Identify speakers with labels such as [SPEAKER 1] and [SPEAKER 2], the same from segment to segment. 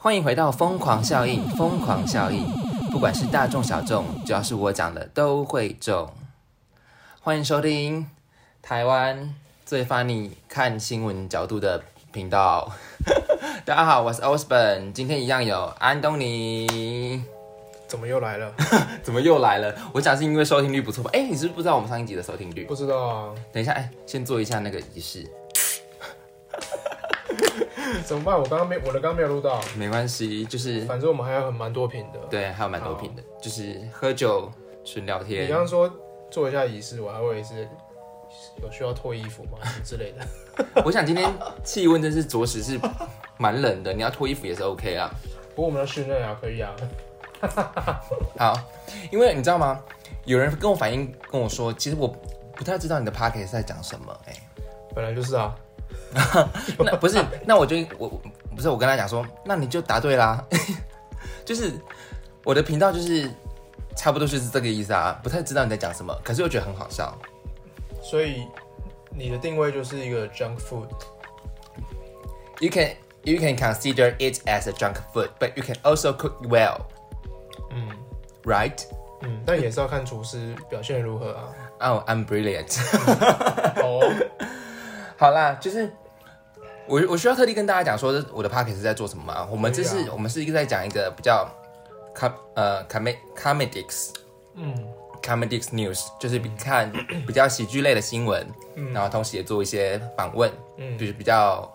[SPEAKER 1] 欢迎回到疯狂效应，疯狂效应，不管是大众小众，只要是我讲的都会中。欢迎收听台湾最 funny 看新闻角度的频道。 大家好，我是 Osborn，今天一样有安东尼。
[SPEAKER 2] 怎么又来了？
[SPEAKER 1] 怎么又来了？我想是因为收听率不错吧？哎，你是不是不知道我们上一集的收听率？
[SPEAKER 2] 不知道啊，
[SPEAKER 1] 等一下，哎，先做一下那个仪式，
[SPEAKER 2] 怎么办？我刚刚没我的刚刚没有录到，
[SPEAKER 1] 没关系，就是
[SPEAKER 2] 反正我们还有很蛮多品的。
[SPEAKER 1] 对，还有蛮多品的，就是喝酒、纯聊
[SPEAKER 2] 你
[SPEAKER 1] 天
[SPEAKER 2] 刚。刚说做一下仪式，我还以为是有需要脱衣服吗之类的。
[SPEAKER 1] 我想今天气温真是着实是蛮冷的，你要脱衣服也是 OK 啊。
[SPEAKER 2] 不过我们的室内啊，可以啊。
[SPEAKER 1] 好，因为你知道吗？有人跟我反映跟我说，其实我不太知道你的 p o c k e t 在讲什么、哎，
[SPEAKER 2] 本来就是啊，
[SPEAKER 1] 那不是，那我就我我不是我跟他讲说，那你就答对啦， 就是我的频道就是差不多就是这个意思啊，不太知道你在讲什么，可是又觉得很好笑。
[SPEAKER 2] 所以你的定位就是一个 junk food。
[SPEAKER 1] You can you can consider it as a junk food, but you can also cook well,
[SPEAKER 2] 嗯
[SPEAKER 1] right?
[SPEAKER 2] 嗯，但也是要看厨师表现得如何 啊。
[SPEAKER 1] Oh, I'm brilliant.
[SPEAKER 2] 哦，
[SPEAKER 1] 好啦，就是我我需要特地跟大家讲说，我的 p o c k e t 是在做什么吗？我们这是、
[SPEAKER 2] 可以啊
[SPEAKER 1] 我们是一个在讲一个比较 com 呃 com comedics
[SPEAKER 2] 嗯
[SPEAKER 1] comedics news，就是比看比较喜剧类的新闻，然后同时也做一些访问，
[SPEAKER 2] 嗯
[SPEAKER 1] 就，是比较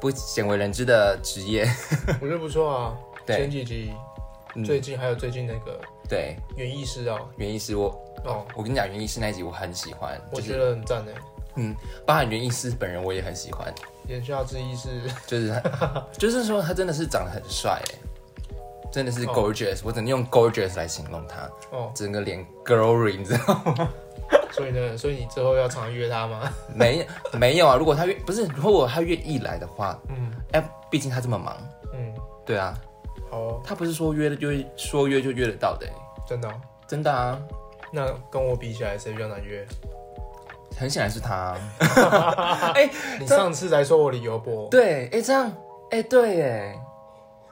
[SPEAKER 1] 不鲜为人知的职业。
[SPEAKER 2] 我觉得不错啊。
[SPEAKER 1] 对
[SPEAKER 2] 前几集，
[SPEAKER 1] 嗯
[SPEAKER 2] 最近还有最近那个
[SPEAKER 1] 对，
[SPEAKER 2] 园艺师啊，
[SPEAKER 1] 袁医师我。
[SPEAKER 2] 哦，
[SPEAKER 1] 我跟你讲，袁医师那一集我很喜欢，
[SPEAKER 2] 我
[SPEAKER 1] 就
[SPEAKER 2] 觉
[SPEAKER 1] 是
[SPEAKER 2] 得很赞诶。欸
[SPEAKER 1] 包含袁医师本人我也很喜欢，
[SPEAKER 2] 言下之意是。
[SPEAKER 1] 就是 他就是说他真的是长得很帅，哎，真的是
[SPEAKER 2] 哦
[SPEAKER 1] gorgeous，、我只能用 gorgeous 来形容他，
[SPEAKER 2] 哦，
[SPEAKER 1] 整个脸 glory，你知 道吗？
[SPEAKER 2] 所以呢，所以你之后要常约他吗？
[SPEAKER 1] 没没有啊？如果他愿不是，如果他愿意来的话，
[SPEAKER 2] 嗯
[SPEAKER 1] 哎，毕竟他这么忙，
[SPEAKER 2] 嗯，
[SPEAKER 1] 对啊，
[SPEAKER 2] 好、哦，
[SPEAKER 1] 他不是说约的就会说约就约得到的，哎
[SPEAKER 2] 真的哦、
[SPEAKER 1] 真的啊，
[SPEAKER 2] 那跟我比起来，谁比较难约？
[SPEAKER 1] 很显然是他啊、
[SPEAKER 2] 你上次才说我理由不
[SPEAKER 1] 对，哎，这样，哎，对，哎，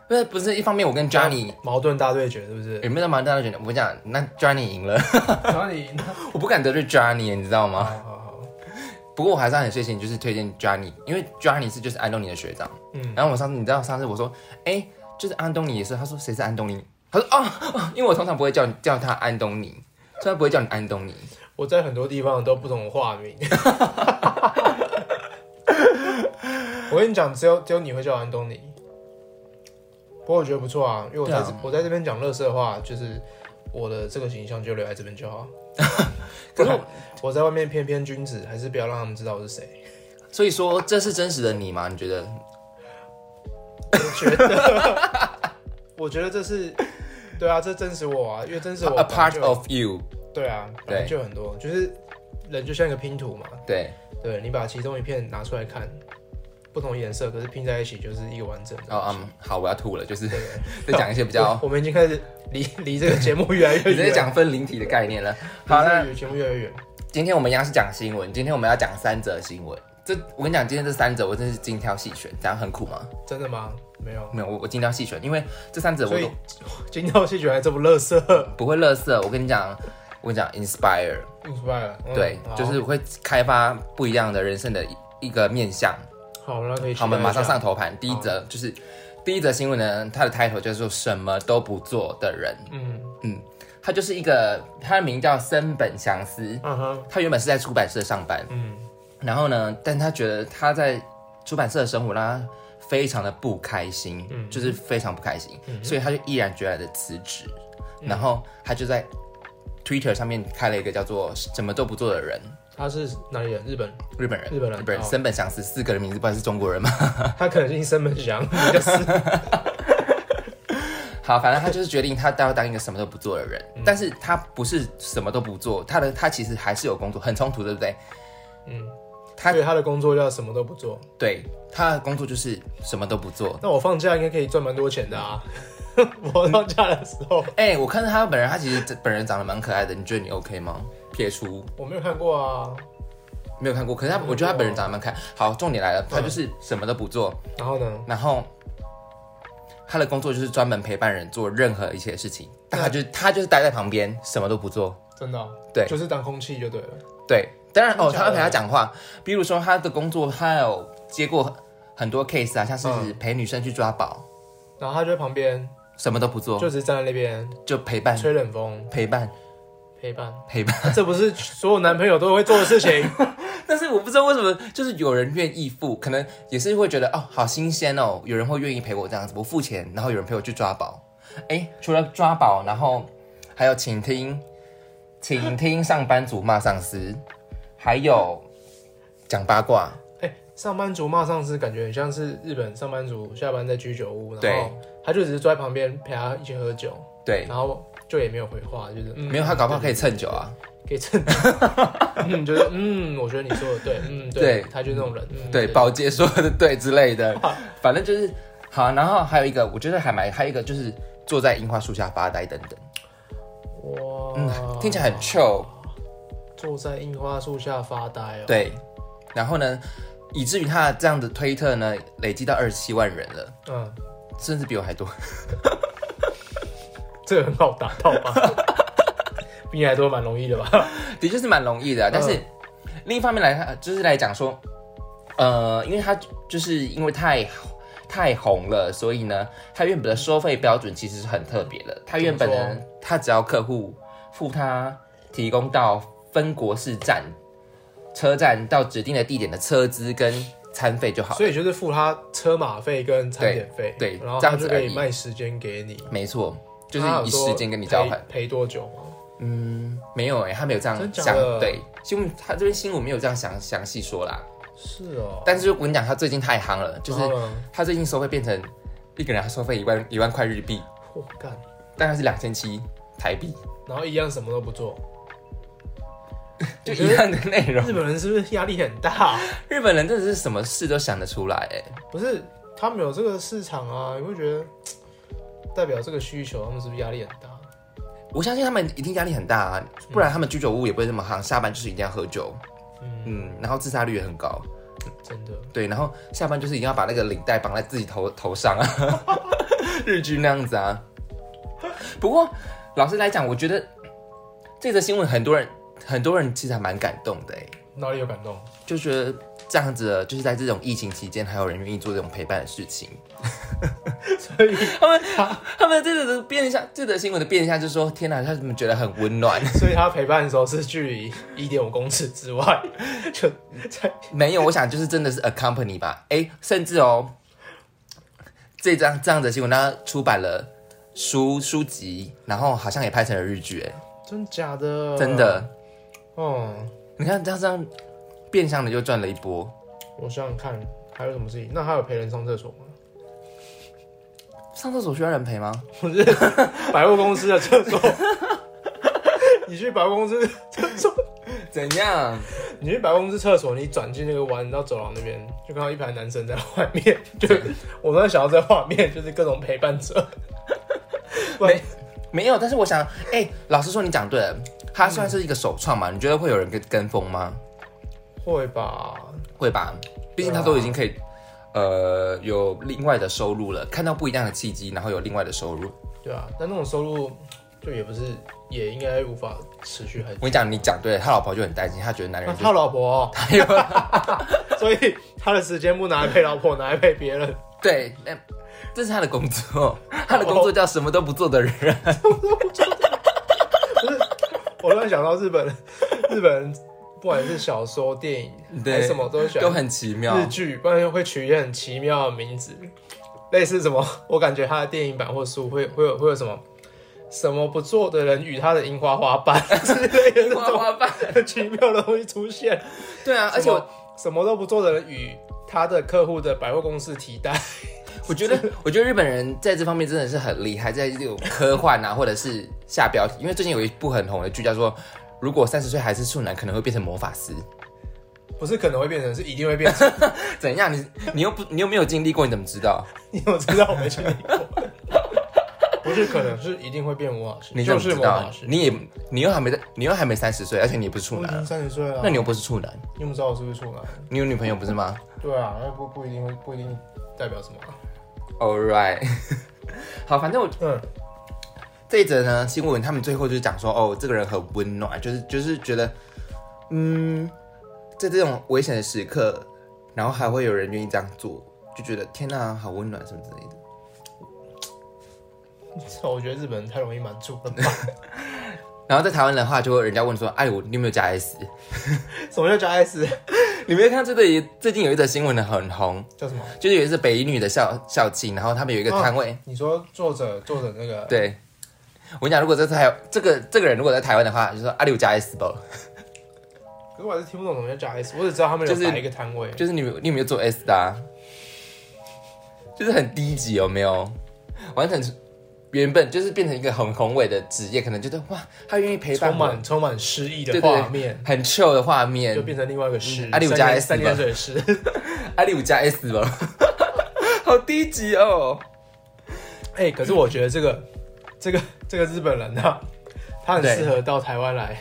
[SPEAKER 1] 不是不是，一方面我跟 Johnny
[SPEAKER 2] 矛盾大对决是不 是？
[SPEAKER 1] 有没有那么大家觉得，我跟你讲，那 Johnny 赢了，
[SPEAKER 2] 然后你，
[SPEAKER 1] 我不敢得罪 Johnny，你知道吗
[SPEAKER 2] 好？好好，
[SPEAKER 1] 不过我还是很谢谢你，就是推荐 Johnny，因为 Johnny 是就是安东尼的学长。
[SPEAKER 2] 嗯，
[SPEAKER 1] 然后我上次你知道上次我说，哎、就是安东尼也是，他说谁是安东尼？他说哦哦，因为我通常不会叫你叫他安东尼，虽然不会叫你安东尼。
[SPEAKER 2] 我在很多地方都不懂化名。我跟你讲，只有只有你会叫安东尼。不过我觉得不错啊，因为我在、
[SPEAKER 1] 对
[SPEAKER 2] 这我在这边讲乐色的话，就是我的这个形象就留在这边就好。
[SPEAKER 1] 可是我
[SPEAKER 2] 不然我在外面翩翩君子，还是不要让他们知道我是谁。
[SPEAKER 1] 所以说这是真实的你吗？你觉得？
[SPEAKER 2] 我觉得，我觉得这是，对啊，这真实我啊，因为真实我
[SPEAKER 1] A
[SPEAKER 2] 本来
[SPEAKER 1] part
[SPEAKER 2] 就
[SPEAKER 1] of you，
[SPEAKER 2] 对啊，本来就有很多，就是人就像一个拼图嘛，
[SPEAKER 1] 对，
[SPEAKER 2] 对你把其中一片拿出来看，不同颜色，可是拼在一起就是一个完整的。
[SPEAKER 1] 哦嗯，好，我要吐了，就是
[SPEAKER 2] 对
[SPEAKER 1] 在讲一些比较
[SPEAKER 2] 我，我们已经开始 离离这个节目越来越
[SPEAKER 1] 你在
[SPEAKER 2] 远，
[SPEAKER 1] 讲分灵体的概念了。
[SPEAKER 2] 离
[SPEAKER 1] 好，
[SPEAKER 2] 这
[SPEAKER 1] 那
[SPEAKER 2] 个节目越来越远。
[SPEAKER 1] 今天我们一样是讲新闻，今天我们要讲三则新闻。这我跟你讲，今天这三则我真是精挑细选，这样很苦吗？
[SPEAKER 2] 真的吗？没有，
[SPEAKER 1] 没有，我我精挑细选，因为这三则我
[SPEAKER 2] 所
[SPEAKER 1] 都
[SPEAKER 2] 以 呃今天我是觉得还这么乐色，
[SPEAKER 1] 不会乐色。我跟你讲，我跟你讲，inspire，
[SPEAKER 2] 用出来了。 嗯
[SPEAKER 1] 对，
[SPEAKER 2] 好
[SPEAKER 1] 就是会开发不一样的人生的一一个面向。
[SPEAKER 2] 好，那可以。
[SPEAKER 1] 好，我们马上。上头盘。第一则就是第一则新闻呢，它的 title 叫做“什么都不做的人
[SPEAKER 2] 嗯”。
[SPEAKER 1] 他就是一个，他的名叫森本祥司，
[SPEAKER 2] 嗯哼，
[SPEAKER 1] 他原本是在出版社上班，
[SPEAKER 2] 嗯
[SPEAKER 1] 然后呢，但他觉得他在出版社的生活让他非常的不开心，
[SPEAKER 2] 嗯
[SPEAKER 1] 就是非常不开心，所以他就毅然决然的辞职，
[SPEAKER 2] 嗯
[SPEAKER 1] 然后他就在 Twitter 上面开了一个叫做“什么都不做的人”。
[SPEAKER 2] 他是哪里人？日本。
[SPEAKER 1] 日本人，
[SPEAKER 2] 日本人
[SPEAKER 1] 日本人，
[SPEAKER 2] 哦
[SPEAKER 1] 森本祥司四个人名字，不知道是中国人吗？
[SPEAKER 2] 他可能已经生闷 想，你就是
[SPEAKER 1] 好，反正他就是决定他要当一个什么都不做的人，
[SPEAKER 2] 嗯
[SPEAKER 1] 但是他不是什么都不做，他的他其实还是有工作，很冲突，对不对？
[SPEAKER 2] 嗯，
[SPEAKER 1] 他
[SPEAKER 2] 所以他的工作要什么都不做。
[SPEAKER 1] 对，他的工作就是什么都不做。
[SPEAKER 2] 那我放假应该可以赚蛮多钱的啊！ 我放假的时候，
[SPEAKER 1] 哎、我看到他本人，他其实本人长得蛮可爱的，你觉得你 OK 吗？撇除
[SPEAKER 2] 我没有看过啊。
[SPEAKER 1] 没有看过，可是他我觉得他本人长得蛮可爱。好，重点来了，他就是什么都不做，
[SPEAKER 2] 然后呢？
[SPEAKER 1] 然后他的工作就是专门陪伴人做任何一些事情，但他就是他就是待在旁边，什么都不做。
[SPEAKER 2] 真的哦、
[SPEAKER 1] 对
[SPEAKER 2] 就是当空气就对了。
[SPEAKER 1] 对，当然哦，
[SPEAKER 2] 真的假的
[SPEAKER 1] 他会陪他讲话，比如说他的工作，他有接过很多 case 啊，像是
[SPEAKER 2] 嗯
[SPEAKER 1] 陪女生去抓宝，
[SPEAKER 2] 然后他就在旁边，
[SPEAKER 1] 什么都不做，就
[SPEAKER 2] 就只是站在那边
[SPEAKER 1] 陪伴
[SPEAKER 2] 吹冷风
[SPEAKER 1] 陪伴
[SPEAKER 2] 陪伴、
[SPEAKER 1] 陪伴。
[SPEAKER 2] 啊这不是所有男朋友都会做的事 情。
[SPEAKER 1] 但是我不知道为什么，就是有人愿意付，可能也是会觉得哦，好新鲜哦，有人会愿意陪我这样子，我付钱，然后有人陪我去抓宝。哎，除了抓宝，然后还有请听，请听上班族骂上司，还有讲八卦，
[SPEAKER 2] 哎、上班族骂上司，感觉很像是日本上班族下班在居酒屋，然
[SPEAKER 1] 对
[SPEAKER 2] 后他就只是坐在旁边陪他一起喝酒，
[SPEAKER 1] 对，
[SPEAKER 2] 然后就也没有回话，就是、嗯、
[SPEAKER 1] 没有他搞不好可以蹭酒啊。
[SPEAKER 2] 可 以蹭，嗯，就是嗯，我觉得你说的对，嗯，
[SPEAKER 1] 对
[SPEAKER 2] 他就是那种人，嗯、
[SPEAKER 1] 对，保洁说的对之类的，反正就是好。然后还有一个，我觉得还蛮，还有一个就是坐在樱花树下发呆等等，
[SPEAKER 2] 哇，
[SPEAKER 1] 嗯，听起来很 chill，
[SPEAKER 2] 坐在樱花树下发呆哦，，
[SPEAKER 1] 对。然后呢，以至于他这样的推特呢，累积到二十七万人了，
[SPEAKER 2] 嗯，
[SPEAKER 1] 甚至比我还多。
[SPEAKER 2] 这个很好达到 吧？比你还多，蛮容易的吧？
[SPEAKER 1] 的确是蛮容易的啊，
[SPEAKER 2] 嗯
[SPEAKER 1] 但是另一方面来看，就是来讲说，呃，因为他就是因为太太红了，所以呢，他原本的收费标准其实是很特别的。他原本
[SPEAKER 2] 怎
[SPEAKER 1] 呢
[SPEAKER 2] 么，
[SPEAKER 1] 他只要客户付他提供到分国市站车站到指定的地点的车资跟餐费就好了。
[SPEAKER 2] 所以就是付他车马费跟餐点费，
[SPEAKER 1] 对对
[SPEAKER 2] 然后
[SPEAKER 1] 这
[SPEAKER 2] 他
[SPEAKER 1] 样子
[SPEAKER 2] 就可
[SPEAKER 1] 而
[SPEAKER 2] 以
[SPEAKER 1] 已
[SPEAKER 2] 卖时间给你，
[SPEAKER 1] 没错，就是
[SPEAKER 2] 他有
[SPEAKER 1] 以
[SPEAKER 2] 说
[SPEAKER 1] 时间跟你交换。
[SPEAKER 2] 赔赔多久吗？
[SPEAKER 1] 嗯，没有哎、他没有这样
[SPEAKER 2] 真假
[SPEAKER 1] 想
[SPEAKER 2] 的。
[SPEAKER 1] 对，新闻他这边新闻没有这样详详细说啦。
[SPEAKER 2] 是哦，
[SPEAKER 1] 但是我跟你讲，他最近太夯了，就是
[SPEAKER 2] 然后呢
[SPEAKER 1] 他最近收费变成一个人要收费一万一万块日币，
[SPEAKER 2] 我干，
[SPEAKER 1] 大概是两千七台币，
[SPEAKER 2] 然后一样什么都不做，
[SPEAKER 1] 就
[SPEAKER 2] 我
[SPEAKER 1] 一
[SPEAKER 2] 觉得
[SPEAKER 1] 样的内容。
[SPEAKER 2] 日本人是不是压力很大？啊
[SPEAKER 1] 日本人真的是什么事都想得出来，哎，
[SPEAKER 2] 不是他们有这个市场啊，你会觉得代表这个需求，他们是不是压力很大？
[SPEAKER 1] 我相信他们一定压力很大啊，不然他们居酒屋也不会这么夯，下班就是一定要喝酒，
[SPEAKER 2] 嗯，
[SPEAKER 1] 嗯，然后自杀率也很高，
[SPEAKER 2] 真的，
[SPEAKER 1] 对，然后下班就是一定要把那个领带绑在自己头头上啊， 日剧那样子啊。不过老实来讲，我觉得这则新闻很多人很多人其实还蛮感动的，哎。
[SPEAKER 2] 哪里有感动？
[SPEAKER 1] 就觉得这样子的，就是在这种疫情期间，还有人愿意做这种陪伴的事情。
[SPEAKER 2] 所以，
[SPEAKER 1] 他们这个的变相，这则新闻的变相就是说，天哪，他们觉得很温暖。
[SPEAKER 2] 所以他陪伴的时候是距离一点五公尺之外，就在
[SPEAKER 1] 没有，我想就是真的是 accompany 吧。哎、甚至哦，这张这样的新闻，它出版了书书籍，然后好像也拍成了日剧，哎，
[SPEAKER 2] 真假的，
[SPEAKER 1] 真，的，
[SPEAKER 2] 哦、
[SPEAKER 1] 你看这样这样变相的又赚了一波。
[SPEAKER 2] 我想想看还有什么事情？那还有陪人上厕所吗？
[SPEAKER 1] 上厕所需要人陪吗？
[SPEAKER 2] 不是百货公司的厕所， 你去百货公司厕所。
[SPEAKER 1] 怎样？
[SPEAKER 2] 你去百货公司厕所，你转进那个弯到走廊那边，就看到一排男生在外面。就我在想到这画面，就是各种陪伴者。
[SPEAKER 1] 没有，但是我想，哎、老师说你讲对了，它算是一个首创嘛？你觉得会有人跟跟风吗？
[SPEAKER 2] 会吧？
[SPEAKER 1] 会吧，毕竟他都已经可以，呃，有另外的收入了，看到不一样的契机，然后有另外的收入。
[SPEAKER 2] 对啊，但那种收入就也不是，也应该无法持续很
[SPEAKER 1] 我。跟你讲，你讲对了，他老婆就很担心，他觉得男人
[SPEAKER 2] 啊
[SPEAKER 1] 就
[SPEAKER 2] 他老婆、哦，
[SPEAKER 1] 哎呦
[SPEAKER 2] 所以他的时间不拿来陪老婆，拿来陪别人。
[SPEAKER 1] 对，那这是他的工作，他的工作叫什么都不做的人。
[SPEAKER 2] 我突然想到日本，日本人不管是小说、电影
[SPEAKER 1] 对
[SPEAKER 2] 还是什么，都喜欢
[SPEAKER 1] 都很奇妙
[SPEAKER 2] 日，剧，不然会取一些很奇妙的名字，类似什么？我感觉他的电影版或书会会有会有什么什么不做的人与他的樱花花瓣 之类的 这
[SPEAKER 1] 花
[SPEAKER 2] 种
[SPEAKER 1] 花瓣，
[SPEAKER 2] 很奇妙的东西出现，
[SPEAKER 1] 对啊，而且
[SPEAKER 2] 什
[SPEAKER 1] 我
[SPEAKER 2] 么什么都不做的人与他的客户的百货公司替代，
[SPEAKER 1] 我觉得，我觉得日本人在这方面真的是很厉害，在这种科幻啊，或者是下标题，因为最近有一部很红的剧叫做《如果三十岁还是处男，可能会变成魔法师》。
[SPEAKER 2] 不是可能会变成，是一定会变成。
[SPEAKER 1] 怎样？你你又不你又没有经历过，你怎么知道？
[SPEAKER 2] 你怎么知道我没经历过？ 不是可能是一定会变魔法师，
[SPEAKER 1] 你怎
[SPEAKER 2] 就
[SPEAKER 1] 么
[SPEAKER 2] 是
[SPEAKER 1] 知
[SPEAKER 2] 魔
[SPEAKER 1] 道
[SPEAKER 2] 法？师。
[SPEAKER 1] 你也你又还没在，你又还没三十岁，而且你也不是处
[SPEAKER 2] 我已
[SPEAKER 1] 男
[SPEAKER 2] 经
[SPEAKER 1] 啊，
[SPEAKER 2] 三十岁了，
[SPEAKER 1] 那你又不是处男，
[SPEAKER 2] 你怎么知道我是不是处男？
[SPEAKER 1] 你有女朋友不是吗
[SPEAKER 2] 对啊，那不不一定会不一定代表什么啊、
[SPEAKER 1] ？All right， 好，反正我
[SPEAKER 2] 嗯，
[SPEAKER 1] 这一则呢新闻，他们最后就是讲说，哦，这个人很温暖，就是就是觉得，嗯，在这种危险的时刻，然后还会有人愿意这样做，就觉得天哪、好温暖什么之类的。
[SPEAKER 2] 我觉得日本人太容易满足了吧？
[SPEAKER 1] 然后在台湾的话，就会人家问说，哎，我你有没有加 S？嗯
[SPEAKER 2] 什么叫叫 S？
[SPEAKER 1] 你没有看这个也最近有一则新闻呢很红，
[SPEAKER 2] 叫什么？
[SPEAKER 1] 就是有一次北一女的校校庆，然后他们有一个摊位，
[SPEAKER 2] 你说作者作者那个
[SPEAKER 1] 对。我跟你讲，如果这台这个这个人如果在台湾的话，就说啊阿里有加 S 吧，
[SPEAKER 2] 可是我还是听不懂什么叫假 S，我只知道他们有
[SPEAKER 1] 就是
[SPEAKER 2] 摆一个摊位，
[SPEAKER 1] 就是你有你有没有做 S 的、啊，就是很低级有没有？完全是原本就是变成一个很宏伟的职业，可能觉得哇，他愿意陪伴
[SPEAKER 2] 充
[SPEAKER 1] 我，
[SPEAKER 2] 满充满诗意的
[SPEAKER 1] 对对
[SPEAKER 2] 画面，
[SPEAKER 1] 很 chill 的画
[SPEAKER 2] 就
[SPEAKER 1] 面。
[SPEAKER 2] 变成另外一个诗。
[SPEAKER 1] 啊你有
[SPEAKER 2] 三
[SPEAKER 1] 加
[SPEAKER 2] 年
[SPEAKER 1] S
[SPEAKER 2] 三
[SPEAKER 1] 吧
[SPEAKER 2] 点水的诗。
[SPEAKER 1] 阿里五啊加 S 了， 好低级哦。
[SPEAKER 2] 哎，可是我觉得这个这个这个日本人啊，他很
[SPEAKER 1] 对
[SPEAKER 2] 适合到台湾来，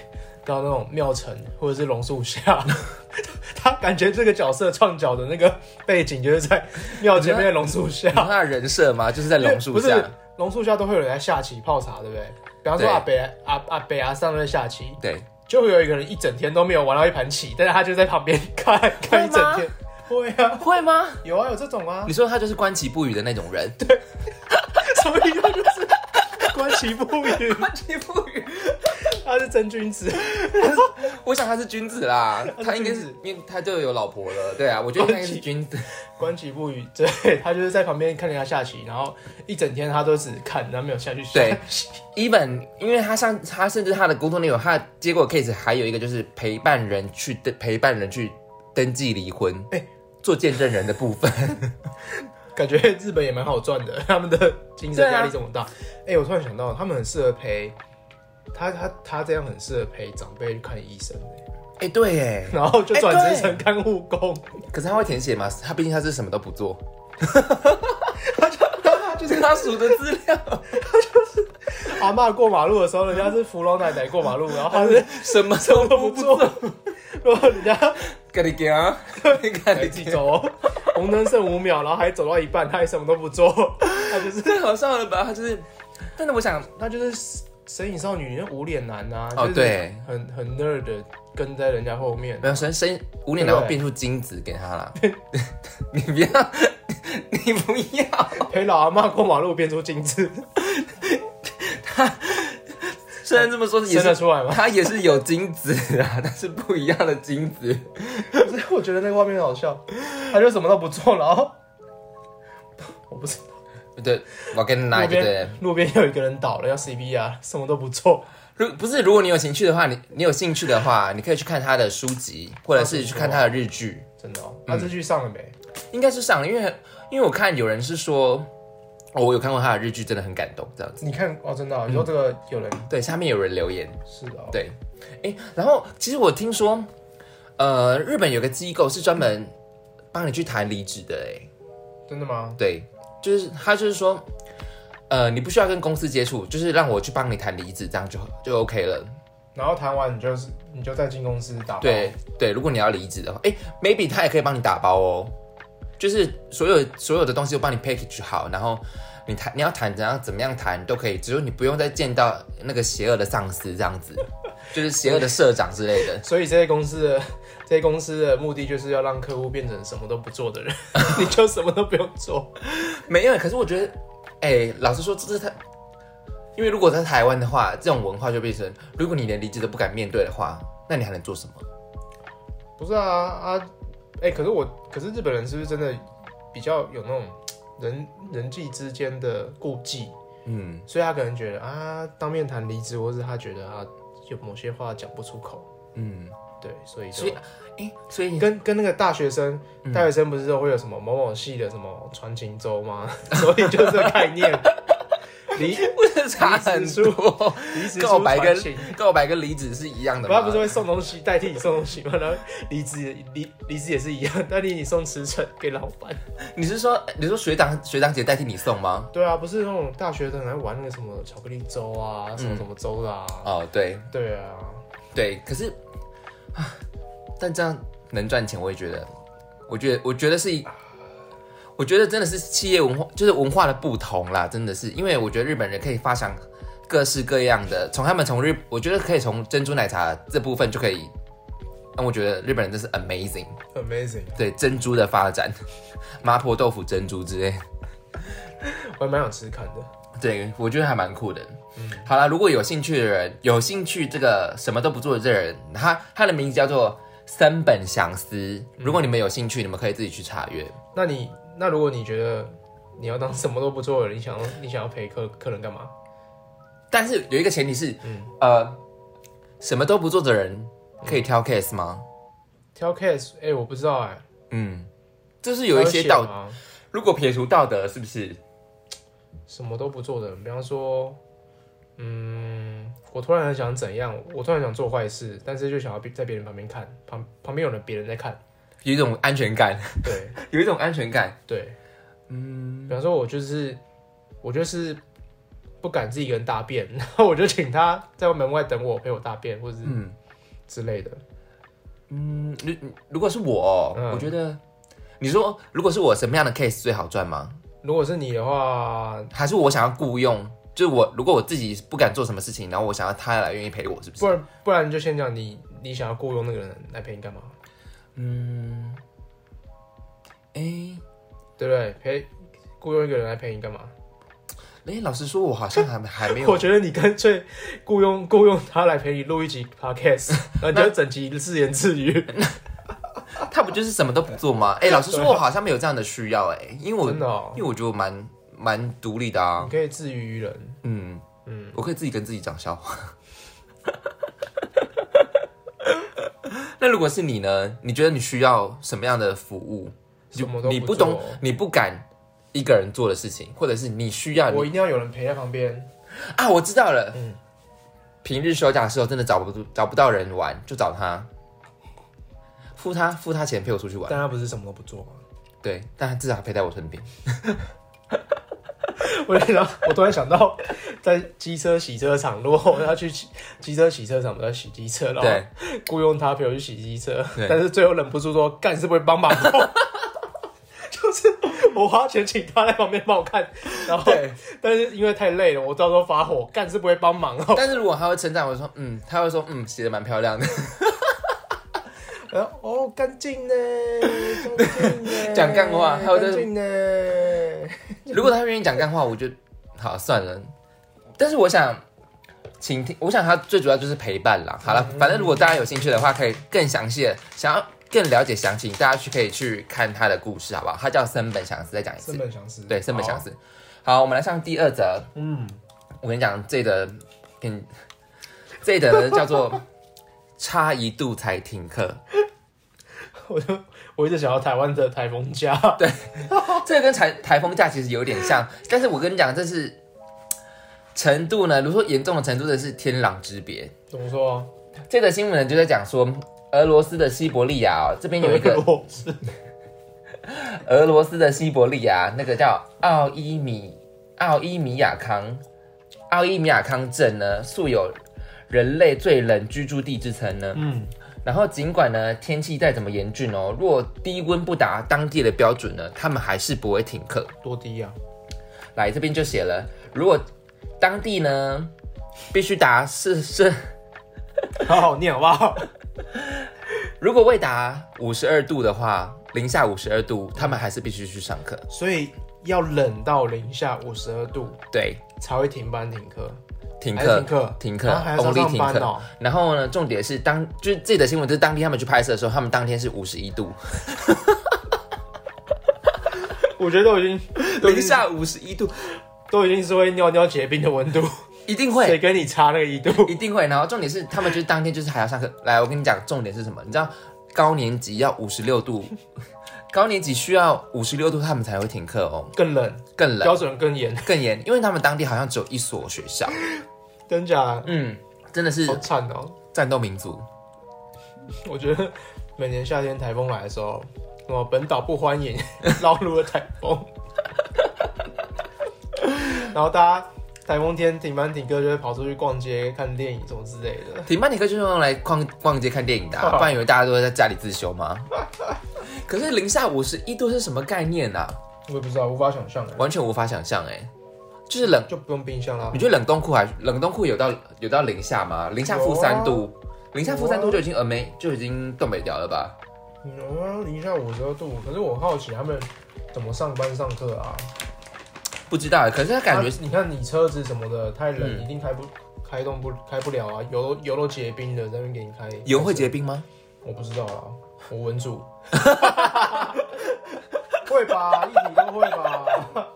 [SPEAKER 2] 到那种庙城或者是榕树下。 他感觉这个角色创角的那个背景就是在庙前面的榕树下
[SPEAKER 1] 你，看他的人设嘛，就是在
[SPEAKER 2] 因为
[SPEAKER 1] 榕树
[SPEAKER 2] 不
[SPEAKER 1] 下
[SPEAKER 2] 是，榕树下都会有人在下棋泡茶，对不对？比方说
[SPEAKER 1] 对
[SPEAKER 2] 阿北阿阿北阿上在下棋，
[SPEAKER 1] 对，
[SPEAKER 2] 就会有一个人一整天都没有玩到一盘棋，但是他就在旁边 看看一整天。会啊，
[SPEAKER 1] 会吗？
[SPEAKER 2] 有啊，有这种啊
[SPEAKER 1] 你，说他就是观其不语的那种人，
[SPEAKER 2] 什么意思？就是观棋不语，
[SPEAKER 1] 观其不语。
[SPEAKER 2] 他是真君子。
[SPEAKER 1] 我想他是君子 啦，
[SPEAKER 2] 是
[SPEAKER 1] 他应该
[SPEAKER 2] 君
[SPEAKER 1] 是
[SPEAKER 2] 子
[SPEAKER 1] 因为他就有老婆了，对啊，我觉得他应该是君子。
[SPEAKER 2] 观棋不语，对他就是在旁边看人家下棋，然后一整天他都只看，然后没有下去下
[SPEAKER 1] 对 even 因为他像他甚至他的工作内容，他的接过的 case 还有一个就是陪伴人去登陪伴人去登记离婚，
[SPEAKER 2] 哎
[SPEAKER 1] 做见证人的部分。
[SPEAKER 2] 感觉日本也蛮好赚的， 他们的精神压力这么
[SPEAKER 1] 啊
[SPEAKER 2] 大。哎、我突然想到，他们很适合陪他，他他这样很适合陪长辈去看医 生、欸
[SPEAKER 1] 哎、对哎，
[SPEAKER 2] 然后就转
[SPEAKER 1] 哎
[SPEAKER 2] 职成看护工，
[SPEAKER 1] 可是他会填写吗？他毕竟他是什么都不做，哎
[SPEAKER 2] 就
[SPEAKER 1] 就是
[SPEAKER 2] 是
[SPEAKER 1] 他数的资料，
[SPEAKER 2] 阿嬷过马路的时候，人家是扶老奶奶过马路，然后他是
[SPEAKER 1] 什么
[SPEAKER 2] 什么
[SPEAKER 1] 哎都
[SPEAKER 2] 都不
[SPEAKER 1] 不
[SPEAKER 2] 做
[SPEAKER 1] 做，，
[SPEAKER 2] 然后人家
[SPEAKER 1] 跟你讲，跟
[SPEAKER 2] 还
[SPEAKER 1] 你
[SPEAKER 2] 自己
[SPEAKER 1] 讲，
[SPEAKER 2] 走 哦，红灯剩五秒，然后还走到一半，他还什么都不做，他就是
[SPEAKER 1] 太好笑了吧？他就是，但是我想，
[SPEAKER 2] 那就是神隐少女那无脸男呐、
[SPEAKER 1] 哦
[SPEAKER 2] 就是
[SPEAKER 1] 对
[SPEAKER 2] 很很 nerd 的跟在人家后面
[SPEAKER 1] 没，有生生无脸，
[SPEAKER 2] 对
[SPEAKER 1] 然后变出精子给他 啦。你不要， 你不要。
[SPEAKER 2] 陪老阿妈过马路变出金子，
[SPEAKER 1] 虽然这么说，也
[SPEAKER 2] 生
[SPEAKER 1] 是
[SPEAKER 2] 得 出 来吗？
[SPEAKER 1] 它也是有精子啊， 但是不一样的精子。
[SPEAKER 2] 可是我觉得那个画面很好笑，他就什么都不做，然后 我不是
[SPEAKER 1] 对，我跟你拿
[SPEAKER 2] 路
[SPEAKER 1] 一个对
[SPEAKER 2] 边。路边有一个人倒了要 CPR，什么都不做，
[SPEAKER 1] 如不是，如果你有兴趣的话，你你有兴趣的话，你可以去看他的书籍，或者是去看他的日剧，
[SPEAKER 2] 真的、哦。那、这剧上了没？
[SPEAKER 1] 应该是上了，因为因为我看有人是说，哦，我有看过他的日剧，真的很感动，这样子。
[SPEAKER 2] 你看哦，真的哦、你说这个有人
[SPEAKER 1] 对，下面有人留言，
[SPEAKER 2] 是的、哦，
[SPEAKER 1] 对，哎，然后其实我听说，呃，日本有个机构是专门帮你去谈离职的，哎，
[SPEAKER 2] 真的吗？
[SPEAKER 1] 对，就是他就是说，呃，你不需要跟公司接触，就是让我去帮你谈离职，这样就就 OK 了。
[SPEAKER 2] 然后谈完你就是你就在进公司打包，
[SPEAKER 1] 对对，如果你要离职的话，哎，maybe 他也可以帮你打包哦，就是所有所有的东西都帮你 package 好，然后你谈你要谈怎样怎么样谈都可以，只有你不用再见到那个邪恶的上司这样子， 就是邪恶的社长之类的。
[SPEAKER 2] 所以这些公司的 这些公司的目的就是要让客户变成什么都不做 的人，你就什么都不用做。
[SPEAKER 1] 没有，可是我觉得，哎、老实说，这是他，因为如果在台湾的话，这种文化就变成，如果你连离职都不敢面对的话，那你还能做什么？
[SPEAKER 2] 不是啊啊，哎、可是我可是日本人是不是真的比较有那种人人际之间的顾忌？
[SPEAKER 1] 嗯，
[SPEAKER 2] 所以他可能觉得啊，当面谈离职，或是他觉得啊，有某些话讲不出口，
[SPEAKER 1] 嗯，
[SPEAKER 2] 对，所以嗯就
[SPEAKER 1] 所以，哎、所以
[SPEAKER 2] 跟跟那个大学生，大学生不是都会有什么某某系的什么传情周吗？ 所以就这个概 念，离
[SPEAKER 1] 不是差很多，
[SPEAKER 2] 离职
[SPEAKER 1] 告白跟
[SPEAKER 2] 出传情
[SPEAKER 1] 告 白跟离职是一样的
[SPEAKER 2] 不，他
[SPEAKER 1] 吗？
[SPEAKER 2] 不是会送东西代替你送东西吗？然后离职离离职也是一样，代替你送辞呈给老板。
[SPEAKER 1] 你是说你说学长学长姐代替你送吗？
[SPEAKER 2] 对啊，不是那种大学生来玩那个什么巧克力粥啊，什么什么粥的啊。
[SPEAKER 1] 哦，对
[SPEAKER 2] 对啊，
[SPEAKER 1] 对，可是啊，但这样能赚钱，我也觉得，我觉得我觉得是一，我觉得真的是企业文化，就是文化的不同啦，真的是，因为我觉得日本人可以发想各式各样的，从他们从日，我觉得可以从珍珠奶茶这部分就可以，让我觉得日本人真是 amazing，
[SPEAKER 2] ，amazing，
[SPEAKER 1] 对珍珠的发展， 麻婆豆腐珍珠之类，
[SPEAKER 2] 我还蛮想吃看的。
[SPEAKER 1] 对我觉得还蛮酷的。好啦，如果有兴趣的人，有兴趣这个什么都不做的这个人，他他的名字叫做森本祥司，如果你们有兴趣，你们可以自己去查阅。
[SPEAKER 2] 那你那如果你觉得你要当什么都不做的人，你想要你想要陪客客人干嘛？
[SPEAKER 1] 但是有一个前提是，呃，什么都不做的人可以挑 case 吗？
[SPEAKER 2] 挑 case，哎、我不知道哎、
[SPEAKER 1] 嗯，就是有一些道，
[SPEAKER 2] 啊，
[SPEAKER 1] 如果撇除道德，是不是？
[SPEAKER 2] 什么都不做的人，比方说，嗯，我突然很想怎样，我突然想做坏事，但是就想要别在别人旁边看，旁旁边有人别人在看，
[SPEAKER 1] 有一种安全感，
[SPEAKER 2] 对
[SPEAKER 1] 有一种安全感。
[SPEAKER 2] 对，嗯，比方说我就是我就是不敢自己一个人大便，然后我就请他在门外等我陪我大便，或者是
[SPEAKER 1] 嗯
[SPEAKER 2] 之类的，
[SPEAKER 1] 嗯，如如果是我，
[SPEAKER 2] 嗯
[SPEAKER 1] 我觉得你说如果是我什么样的 case 最好赚吗？
[SPEAKER 2] 如果是你的话，
[SPEAKER 1] 还是我想要雇佣？就是我如果我自己不敢做什么事情，然后我想要他来愿意陪我，是不是？
[SPEAKER 2] 不然不然你就先讲你你想要雇佣那个人来陪你干嘛，
[SPEAKER 1] 嗯哎、
[SPEAKER 2] 对不对？陪雇佣一个人来陪你干嘛？
[SPEAKER 1] 哎、老实说，我好像还还没有
[SPEAKER 2] 我觉得你干脆雇佣雇佣他来陪你录一集 podcast，然后你就整集自言自语，
[SPEAKER 1] 他不就是什么都不做吗？哎、老实说，我好像没有这样的需要哎、因为我
[SPEAKER 2] 真的哦
[SPEAKER 1] 因为我觉得我蛮蛮独立的啊
[SPEAKER 2] 你，可以自娱于人。
[SPEAKER 1] 嗯
[SPEAKER 2] 嗯，
[SPEAKER 1] 我可以自己跟自己讲笑 话。那如果是你呢？你觉得你需要什么样的服务？
[SPEAKER 2] 什么都
[SPEAKER 1] 你
[SPEAKER 2] 不
[SPEAKER 1] 不
[SPEAKER 2] 做
[SPEAKER 1] 懂，你不敢一个人做的事情，或者是你需要
[SPEAKER 2] 我
[SPEAKER 1] 你
[SPEAKER 2] 一定要有人陪在旁边。
[SPEAKER 1] 啊，我知道了。
[SPEAKER 2] 嗯
[SPEAKER 1] 平日休假的时候真的找不找不到人玩，就找他，付他付他钱陪我出去玩。
[SPEAKER 2] 但他不是什么都不做吗？
[SPEAKER 1] 对，但他至少陪在我身边。
[SPEAKER 2] 我然后我突然想到，在机车洗车场，如果我要去洗机车洗车场，我要洗机车，然
[SPEAKER 1] 对
[SPEAKER 2] 后，雇佣他陪我去洗机车，
[SPEAKER 1] 对
[SPEAKER 2] 但是最后忍不住说：“干是不会帮忙。” 就是我花钱请他在旁边帮我看，然后
[SPEAKER 1] 对
[SPEAKER 2] 但是因为太累了，我到时候发火，干是不会帮忙哦。
[SPEAKER 1] 但是如果他会称赞我说，嗯，他会说，嗯，写的蛮漂亮的，
[SPEAKER 2] 然后 哦，干净呢，干净 呢
[SPEAKER 1] 讲干话还有就是
[SPEAKER 2] 干净呢，
[SPEAKER 1] 如果他愿意讲干话，我就好算了。但是我想，请听，我想他最主要就是陪伴啦。好了，
[SPEAKER 2] 嗯
[SPEAKER 1] 反正如果大家有兴趣的话，可以更详细的想要更了解详情，大家去可以去看他的故事，好不好？他叫森本祥司，再讲一次
[SPEAKER 2] 森，本祥司，
[SPEAKER 1] 对，森本祥
[SPEAKER 2] 好，
[SPEAKER 1] 司。好，我们来上第二则。
[SPEAKER 2] 嗯，
[SPEAKER 1] 我跟你讲，这则给你，这则呢叫做差一度才停课。
[SPEAKER 2] 我就我一直想要台湾的台风假，
[SPEAKER 1] 这个跟台台风假其实有点像，但是我跟你讲，这是程度呢，如果说严重的程度，这是天壤之别。
[SPEAKER 2] 怎么说？
[SPEAKER 1] 这个新闻呢就在讲说，俄罗斯的西伯利亚、哦、这边有一个
[SPEAKER 2] 螺丝，
[SPEAKER 1] 俄罗斯的西伯利亚，那个叫奥伊米奥伊米亚康奥伊米亚康镇呢，素有人类最冷居住地之称呢。
[SPEAKER 2] 嗯，
[SPEAKER 1] 然后尽管呢天气再怎么严峻哦，若低温不达当地的标准呢，他们还是不会停课。
[SPEAKER 2] 多低啊，
[SPEAKER 1] 来这边就写了，如果当地呢必须达是是，
[SPEAKER 2] 好好念好不好？
[SPEAKER 1] 如果未达五十二度的话，零下五十二度，他们还是必须去上课。
[SPEAKER 2] 所以要冷到零下五十二度
[SPEAKER 1] 对，
[SPEAKER 2] 才会停班停课，
[SPEAKER 1] 停
[SPEAKER 2] 还是
[SPEAKER 1] 课，
[SPEAKER 2] 停课
[SPEAKER 1] 停
[SPEAKER 2] 然后还
[SPEAKER 1] 课，
[SPEAKER 2] 要
[SPEAKER 1] 公立
[SPEAKER 2] 上
[SPEAKER 1] 停
[SPEAKER 2] 班
[SPEAKER 1] 课。
[SPEAKER 2] 哦。
[SPEAKER 1] 然后呢，重点是当就是自己的新闻，就是当天他们去拍摄的时候，他们当天是五十一度，
[SPEAKER 2] 我觉得都已经
[SPEAKER 1] 零下五十一度，
[SPEAKER 2] 都已经是会尿尿结冰的温度，
[SPEAKER 1] 一定
[SPEAKER 2] 谁
[SPEAKER 1] 会。
[SPEAKER 2] 跟你差那个一度？
[SPEAKER 1] 一定会，然后重点是他们就是当天就是还要上课。来，我跟你讲，重点是什么？你知道高年级要五十六度， 高年级需要五十六度，他们才会停课哦，
[SPEAKER 2] 更冷，
[SPEAKER 1] 更冷。
[SPEAKER 2] 标准更严，
[SPEAKER 1] 更严，因为他们当地好像只有一所学校。
[SPEAKER 2] 真假？
[SPEAKER 1] 嗯，真的是
[SPEAKER 2] 好惨哦。
[SPEAKER 1] 战斗民族。
[SPEAKER 2] 我觉得每年夏天台风来的时候，什么本岛不欢 迎绕路的台风，然后大家台风天停班停课就会跑出去逛街、看电影什么之类的。
[SPEAKER 1] 停班停课就是用来逛逛街看电影的、啊，不然以 为大家都会在家里自修吗？可是零下五十一度是什么概念啊？
[SPEAKER 2] 我也不知道，无法想象欸，
[SPEAKER 1] 完全无法想象哎、就是冷，
[SPEAKER 2] 就不用冰箱啦
[SPEAKER 1] 你。觉得冷冻库还冷冻库有到有到零下吗？零下负三度，零下负三度就已经 a m 就已经冻北掉了吧？
[SPEAKER 2] 有啊，零下五十二度，可是我好奇他们怎么上班上课啊？
[SPEAKER 1] 不知道，可是他感觉
[SPEAKER 2] 啊你看你车子什么的太冷，
[SPEAKER 1] 嗯
[SPEAKER 2] 一定开不开动不开不了啊，油油都结冰了，在那边给你开，
[SPEAKER 1] 有人会结冰吗？
[SPEAKER 2] 我不知道啊，我文主， 会吧，一体都会吧，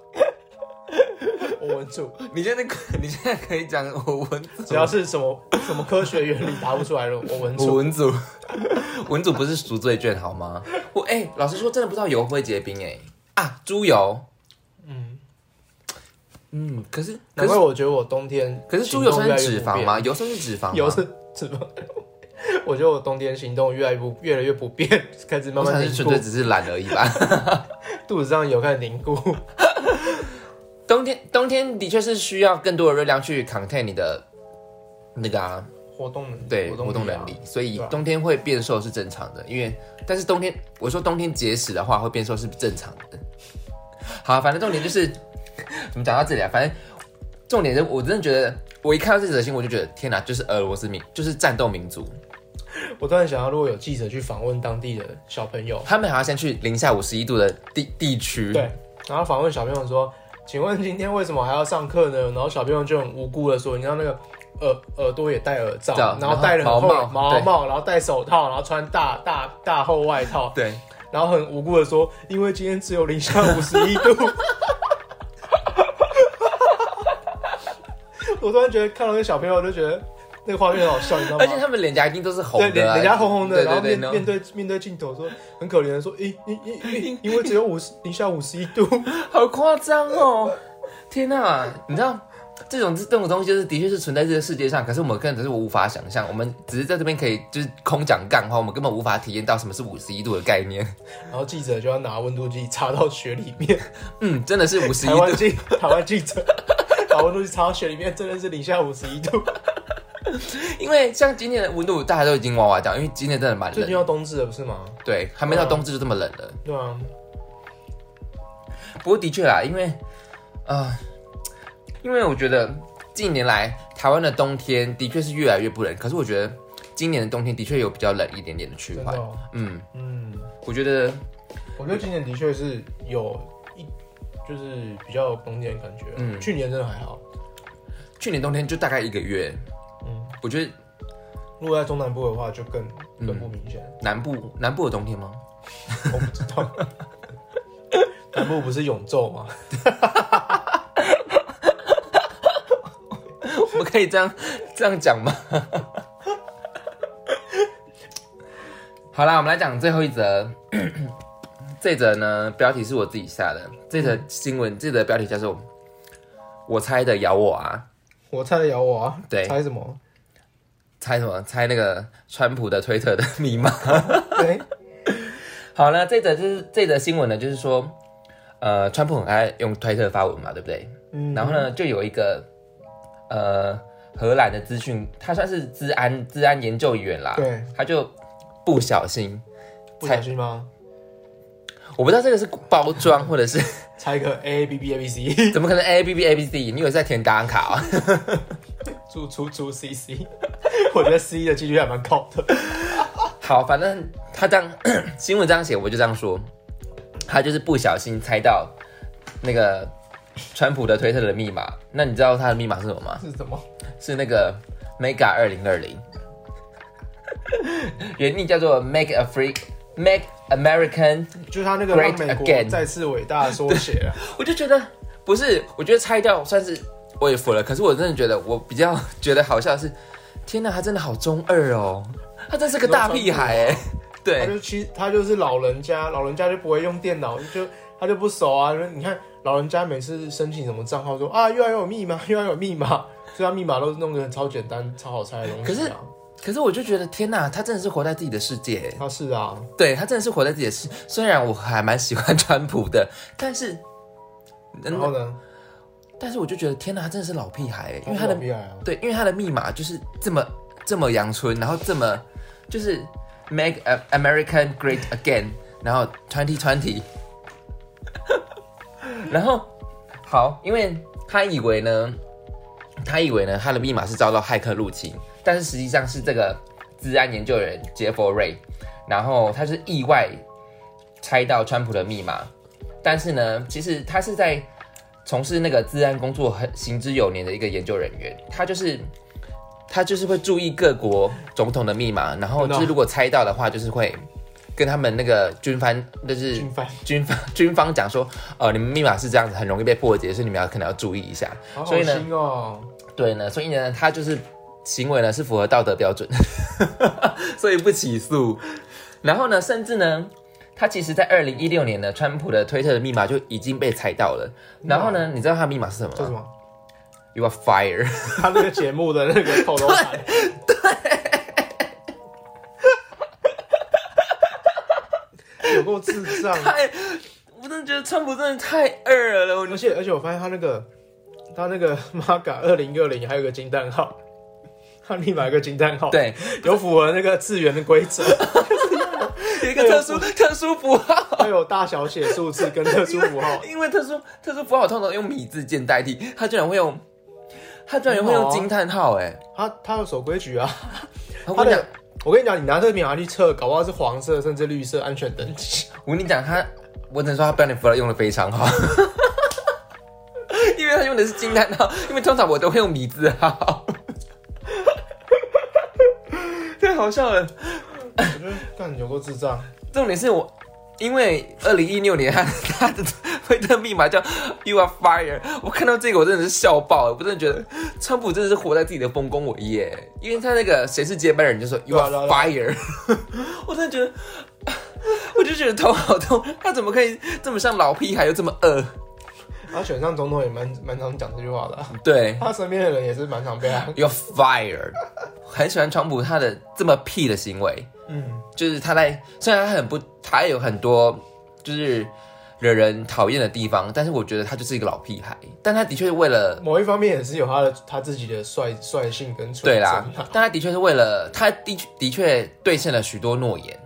[SPEAKER 2] 我文主，
[SPEAKER 1] 你现在你现在可以 讲我文
[SPEAKER 2] 只要是什么什么科学原理答不出来了，我文
[SPEAKER 1] 我
[SPEAKER 2] 主，
[SPEAKER 1] 文组， 文组不是赎罪券好吗？我哎、老实说，真的不知道油会结冰哎、啊，猪油，
[SPEAKER 2] 嗯，
[SPEAKER 1] 嗯，可是可
[SPEAKER 2] 难
[SPEAKER 1] 是
[SPEAKER 2] 怪我觉得我冬天
[SPEAKER 1] 可是猪油算是脂肪吗？油算是脂肪吗？
[SPEAKER 2] 油是脂肪。 我觉得我冬天行动越来越不越来越不便， 开始慢
[SPEAKER 1] 我想
[SPEAKER 2] 慢
[SPEAKER 1] 是
[SPEAKER 2] 凝
[SPEAKER 1] 纯
[SPEAKER 2] 固
[SPEAKER 1] 粹，只是懒而已吧。
[SPEAKER 2] 肚子上油开始凝固。
[SPEAKER 1] 冬天冬天的确是需要更多的热量去 contain 你的那个啊，
[SPEAKER 2] 活动能力
[SPEAKER 1] 对活动
[SPEAKER 2] 力啊
[SPEAKER 1] 能力，所以
[SPEAKER 2] 对啊
[SPEAKER 1] 冬天会变瘦是正常的。因为但是冬天我说冬天节食的话会变瘦是正常的。 好，反正重点就是 我们讲到这里啊，反正重点是我真的觉得我一看到这则新闻我就觉得天哪，就是俄罗斯民就是战斗民族，
[SPEAKER 2] 我突然想到，如果有记者去访问当地的小朋友，
[SPEAKER 1] 他们还要先去零下五十一度的地地区，
[SPEAKER 2] 对，然后访问小朋友说：“请问今天为什么还要上课呢？”然后小朋友就很无辜的说：“你知道那个耳耳朵也戴耳罩，
[SPEAKER 1] 罩
[SPEAKER 2] 然后戴了
[SPEAKER 1] 然后
[SPEAKER 2] 很厚
[SPEAKER 1] 毛
[SPEAKER 2] 的
[SPEAKER 1] 帽对
[SPEAKER 2] 毛帽，然后戴手套，然后穿大大大厚外套，
[SPEAKER 1] 对，
[SPEAKER 2] 然后很无辜的说，因为今天只有零下五十一度。” 我突然觉得看到那个小朋友，就觉得那个画面很好笑，你知道吗？
[SPEAKER 1] 而且他们脸颊一定都是红
[SPEAKER 2] 对，
[SPEAKER 1] 的、
[SPEAKER 2] 脸
[SPEAKER 1] 啊，
[SPEAKER 2] 脸颊红红的，
[SPEAKER 1] 对
[SPEAKER 2] 然后
[SPEAKER 1] 对对
[SPEAKER 2] 面
[SPEAKER 1] 然后
[SPEAKER 2] 面对面对镜头说很可怜的说，因因因因因为只有五十零下五十一度，
[SPEAKER 1] 好夸张哦！天哪、你知道这种这种东西就是的确是存在这个世界上，可是我们根本是无法想象，我们只是在这边可以就是空讲干话，我们根本无法体验到什么是五十一度的概念。
[SPEAKER 2] 然后记者就要拿温度计插到雪里 面，
[SPEAKER 1] 嗯，真的是五十一
[SPEAKER 2] 台
[SPEAKER 1] 度
[SPEAKER 2] 湾。记台湾记者把温度计插到雪里面，真的是零下五十一度，
[SPEAKER 1] 因为像今天的温度，大家都已经哇哇叫，因为今天真的蛮
[SPEAKER 2] 最近
[SPEAKER 1] 冷，
[SPEAKER 2] 要冬至了不是吗？
[SPEAKER 1] 对，还没到冬至就这么冷了。
[SPEAKER 2] 对啊，
[SPEAKER 1] 不过的确啦，因为，呃，因为我觉得近年来台湾的冬天的确是越来越不冷，可是我觉得今年的冬天的确有比较冷一点点的区
[SPEAKER 2] 真的、
[SPEAKER 1] 块。
[SPEAKER 2] 哦，
[SPEAKER 1] 嗯，
[SPEAKER 2] 嗯，
[SPEAKER 1] 我觉得
[SPEAKER 2] 我觉得今年的确是有一就是比较有冬天的感觉，
[SPEAKER 1] 嗯
[SPEAKER 2] 去年真的还好，
[SPEAKER 1] 去年冬天就大概一个月，
[SPEAKER 2] 嗯，
[SPEAKER 1] 我觉得
[SPEAKER 2] 如果在中南部的话就更
[SPEAKER 1] 嗯
[SPEAKER 2] 更不明显，
[SPEAKER 1] 南部南部有冬天吗？
[SPEAKER 2] 我不知道。 南部不是永昼吗？
[SPEAKER 1] 我们可以这样 这样讲吗？好啦，我们来讲最后一则。 这则呢，标题是我自己下的。这则新闻，这则标题叫做“我猜的咬我啊
[SPEAKER 2] 我猜得咬我啊！
[SPEAKER 1] 对
[SPEAKER 2] 猜什么？”，
[SPEAKER 1] 猜什么？猜那个川普的推特的密码。
[SPEAKER 2] 对，
[SPEAKER 1] 好了，这则就是这则新闻呢，就是说，呃，川普很爱用推特发文嘛，对不对？
[SPEAKER 2] 嗯
[SPEAKER 1] 然后呢，就有一个呃荷兰的资讯，他算是治安治安研究员啦，
[SPEAKER 2] 对，
[SPEAKER 1] 他就不小心，
[SPEAKER 2] 不小心吗？
[SPEAKER 1] 我不知道这个是包装或者 是
[SPEAKER 2] 猜个 A B B A B C，
[SPEAKER 1] 怎么可能 A B B A B C，你以为是在填答案卡 啊、
[SPEAKER 2] 出出出 C C，我 觉得 C 的几率还蛮高的。
[SPEAKER 1] 好，反正他这样新闻这样写，我就这样说，他就是不小心猜到那个川普的推特的密码。那你知道他的密码是什么吗？
[SPEAKER 2] 是什么？
[SPEAKER 1] 是那个 Mega 二零二零， 原意叫做 Make a Free Make American。
[SPEAKER 2] 就是他那个让
[SPEAKER 1] Great
[SPEAKER 2] 美国
[SPEAKER 1] again
[SPEAKER 2] 再次伟大的缩写啊。
[SPEAKER 1] 我就觉得不是，我觉得拆掉算是我也服了。可是我真的觉得，我比较觉得好笑的是，天哪，他真的好中二哦，他真是个大屁孩哎。
[SPEAKER 2] 他
[SPEAKER 1] 对
[SPEAKER 2] 就其他就是老人家，老人家就不会用电脑，就他就不熟啊。你看老人家每次申请什么账号说啊，又要有密码，又要有密码，所以他密码都是弄得超简单、超好猜的东西、啊。
[SPEAKER 1] 可是可是我就觉得天哪，他真的是活在自己的世界哎。
[SPEAKER 2] 他是啊，
[SPEAKER 1] 对他真的是活在自己的世。虽然我还蛮喜欢川普的，但是，
[SPEAKER 2] 然
[SPEAKER 1] 嗯，
[SPEAKER 2] 后呢，
[SPEAKER 1] 但是我就觉得天哪，他真的是老屁孩哎，因为他
[SPEAKER 2] 他
[SPEAKER 1] 的
[SPEAKER 2] 是老 B I 啊，
[SPEAKER 1] 对，因为他的密码就是这么这么阳春，然后这么就是 Make American Great Again，然后 Twenty Twenty， 然后好，因为他以为呢，他以为呢他的密码是遭到骇客入侵，但是实际上是这个治安研究员杰佛瑞，然后他是意外猜到川普的密码，但是呢，其实他是在从事那个治安工作很行之有年的一个研究人员，他就是。他就是会注意各国总统的啊密码，然后就是如果猜到的话，就是会跟他们那个军方，就是
[SPEAKER 2] 进犯，
[SPEAKER 1] 军方军方讲说，呃，你们密码是这样子，很容易被破解，所以你们要可能要注意一下。
[SPEAKER 2] 好
[SPEAKER 1] 所
[SPEAKER 2] 好
[SPEAKER 1] 以呢
[SPEAKER 2] 心哦、
[SPEAKER 1] 对呢，所以呢，他就是行为呢是符合道德标准， 所以不起诉。然后呢，甚至呢，他其实在二零一六年呢，川普的推特的密码就已经被猜到了。然后呢，你知道他的密码是什么
[SPEAKER 2] 叫什
[SPEAKER 1] 吗
[SPEAKER 2] 么？
[SPEAKER 1] ？You are fire。
[SPEAKER 2] 他那个节目的那个口头禅，对，有够智障。
[SPEAKER 1] 太，我真的觉得川普真的太二了。
[SPEAKER 2] 而
[SPEAKER 1] 我
[SPEAKER 2] 且而且我发现他那个他那个 Maga 二零二零还有个惊叹号，他立马有个惊叹号，，
[SPEAKER 1] 对，
[SPEAKER 2] 有符合那个字源的规则，
[SPEAKER 1] 有一个特殊特殊符号。
[SPEAKER 2] 它有大小写数字跟特殊符号，
[SPEAKER 1] 因为特殊特殊符号通常用米字键代替，他居然会用，他居然会用惊叹号、哎、
[SPEAKER 2] 他他有守规矩啊。
[SPEAKER 1] 我
[SPEAKER 2] 他
[SPEAKER 1] 跟你讲
[SPEAKER 2] 的，我跟你讲，你拿这个密码去测，搞不好是黄色甚至绿色安全等级。
[SPEAKER 1] 我跟你讲，他我只能说他标点符号用的非常好， 因为他用的是惊叹号，因为通常我都会用米字号， 太好笑了。
[SPEAKER 2] 我觉得干有够智障，
[SPEAKER 1] 重点是我，因为二零一六年他他的推特密码叫 “You are fire”，我看到这个我真的是笑爆了，我真的觉得川普真的是活在自己的丰功伟业，因为他那个谁是接班人就说 “You
[SPEAKER 2] 对啊
[SPEAKER 1] are
[SPEAKER 2] 对啊
[SPEAKER 1] fire”，我 真的觉得，我就觉得头好痛，他怎么可以这么像老屁孩又这么恶？
[SPEAKER 2] 他选上总统也蛮蛮常讲这句话的啊、
[SPEAKER 1] 对
[SPEAKER 2] 他身边的人也是蛮常被他，
[SPEAKER 1] ，“You are fire”，很喜欢川普他的这么屁的行为。
[SPEAKER 2] 嗯，
[SPEAKER 1] 就是他在虽然他很不，他也有很多就是惹人讨厌的地方，但是我觉得他就是一个老屁孩，但他的确是为了
[SPEAKER 2] 某一方面也是有他的他自己的率率性跟纯
[SPEAKER 1] 对
[SPEAKER 2] 真
[SPEAKER 1] 啦
[SPEAKER 2] 啊。，
[SPEAKER 1] 但他的确是为了他的确的确兑现了许多诺言。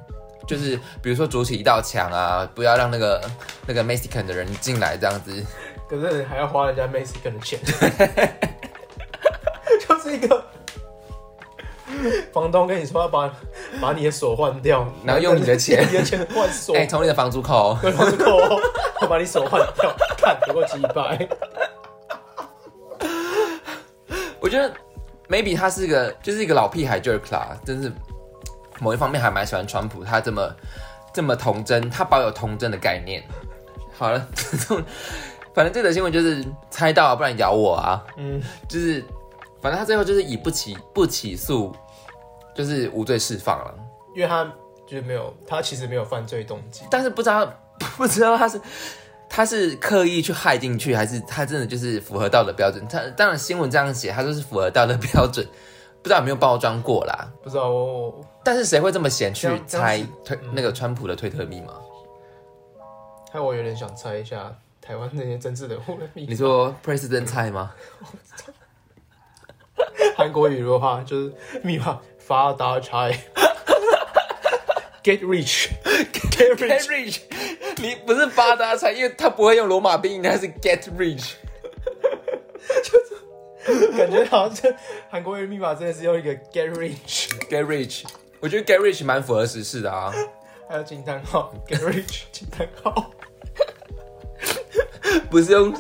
[SPEAKER 1] 就是比如说筑起一道墙啊，不要让那个那个 Mexican 的人进来这样子。
[SPEAKER 2] 可是还要花人家 Mexican 的 钱， 就是一个房东跟你说要把把你的锁换掉，
[SPEAKER 1] 然后用你的钱
[SPEAKER 2] 你的钱换锁，
[SPEAKER 1] 哎、从你的房租扣哦。
[SPEAKER 2] 对方是扣哦，我把你手换掉，看不够几百。
[SPEAKER 1] 我觉得 maybe 他是一个就是一个老屁孩 jerk 啦，真是某一方面还蛮喜欢川普，他这么这么童真，他保有童真的概念。好了， 这种反正这则新闻就是猜到，不然咬我啊！
[SPEAKER 2] 嗯，
[SPEAKER 1] 就是反正他最后就是以不起不起诉，就是无罪释放了。
[SPEAKER 2] 因为他就是没有，他其实没有犯罪动机，
[SPEAKER 1] 但是不知道 不知道他是他是刻意去害进去，还是他真的就是符合道德标准？他当然新闻这样写，他就是符合道德标准， 不知道有没有包装过啦。
[SPEAKER 2] 不知道我我
[SPEAKER 1] 但是谁会这么闲去
[SPEAKER 2] 这样这样
[SPEAKER 1] 猜
[SPEAKER 2] 是
[SPEAKER 1] 推
[SPEAKER 2] 嗯
[SPEAKER 1] 那个川普的推特密码？
[SPEAKER 2] 害我有点想猜一下台湾那些政治人物的秘密
[SPEAKER 1] 你说 President 猜吗？
[SPEAKER 2] 韩国语的话就是密码发达财，get rich get
[SPEAKER 1] Get
[SPEAKER 2] rich
[SPEAKER 1] rich，你不是发达猜，因为他不会用罗马拼音，他是 get rich。
[SPEAKER 2] 感觉好像这韩国语密码真的是用一个 get rich，
[SPEAKER 1] get rich，我觉得 get rich 蛮符合时事的啊。
[SPEAKER 2] 还有惊叹号 get rich 惊叹号，
[SPEAKER 1] 不是用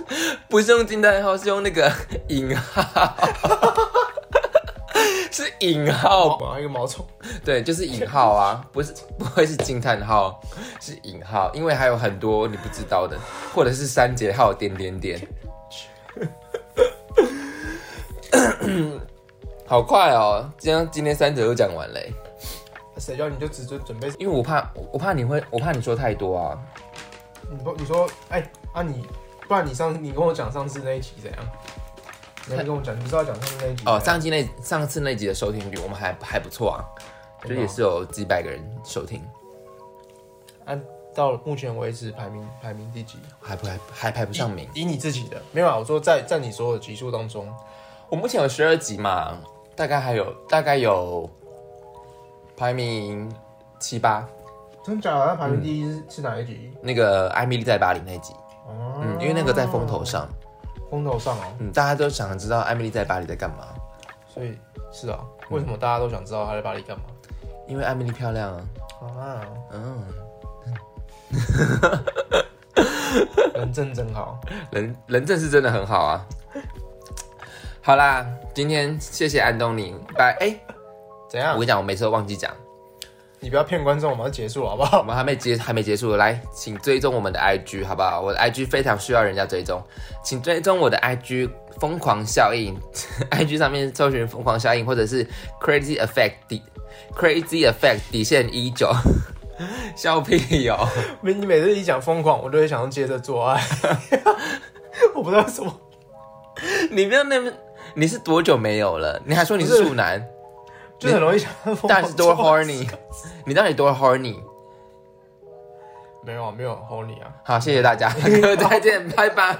[SPEAKER 1] 不是用惊叹号，是用那个引号， 是引号，
[SPEAKER 2] 毛还有一个毛虫，
[SPEAKER 1] 对，就是引号啊， 不是不会是惊叹号，是引号，因为还有很多你不知道的，或者是三节号点点 点。好快哦！今天今天三节都讲完嘞，
[SPEAKER 2] 谁叫你就只准准备
[SPEAKER 1] 因为我怕我怕你会我怕你说太多啊，
[SPEAKER 2] 你不你说，哎、啊你，不然你上次你跟我讲上次那一集怎样？你还跟我讲，你不知道讲上次那一集怎样
[SPEAKER 1] 哦，上期那上次那集的收听率我们还还不错啊，就
[SPEAKER 2] 真的哦
[SPEAKER 1] 也是有几百个人收听，
[SPEAKER 2] 按到目前为止排名排名第几？
[SPEAKER 1] 还不还还排不上名。
[SPEAKER 2] 以你自己的没有啊？我说在在你所有集数当中，
[SPEAKER 1] 我目前有十二集嘛，大概还有大概有排名七八，嗯
[SPEAKER 2] 真假的？那排名第一是、是哪一集？
[SPEAKER 1] 那个艾米丽在巴黎那集，
[SPEAKER 2] 哦、哦，
[SPEAKER 1] 嗯，因为那个在风头上，
[SPEAKER 2] 风头上啊，
[SPEAKER 1] 嗯，大家都想知道艾米丽在巴黎在干嘛，
[SPEAKER 2] 所以是啊，
[SPEAKER 1] 嗯
[SPEAKER 2] 为什么大家都想知道他在巴黎干嘛？
[SPEAKER 1] 因为艾米丽漂亮啊，
[SPEAKER 2] 啊，
[SPEAKER 1] 嗯，
[SPEAKER 2] 人证真好，
[SPEAKER 1] 人人证是真的很好啊。好啦，今天谢谢安东尼，拜。哎、
[SPEAKER 2] 怎
[SPEAKER 1] 我
[SPEAKER 2] 样
[SPEAKER 1] 跟？你讲，我每次都忘记讲，
[SPEAKER 2] 你不要骗观众，我们要结束了好不
[SPEAKER 1] 我
[SPEAKER 2] 好？
[SPEAKER 1] 们还没结还没结束，来，请追踪我们的 IG 好不好？我的 IG 非常需要人家追踪，请追踪我的 IG 疯狂效应 ，IG 上面搜寻疯狂效应或者是 Crazy Effect 底 Crazy Effect 底线一九，笑屁哦哟、
[SPEAKER 2] 每你每次一讲疯狂，我都会想要接着做 爱，我不知道为什么，
[SPEAKER 1] 你不要那么，你是多久没有了？你还说你
[SPEAKER 2] 不
[SPEAKER 1] 是
[SPEAKER 2] 是
[SPEAKER 1] 处男，
[SPEAKER 2] 就很容易想要疯
[SPEAKER 1] 到底
[SPEAKER 2] 狂
[SPEAKER 1] 是多
[SPEAKER 2] 做爱
[SPEAKER 1] horny？你到底多 horny？
[SPEAKER 2] 没有啊，没有 horny 啊。
[SPEAKER 1] 好，谢谢大家，各位再见，拜拜。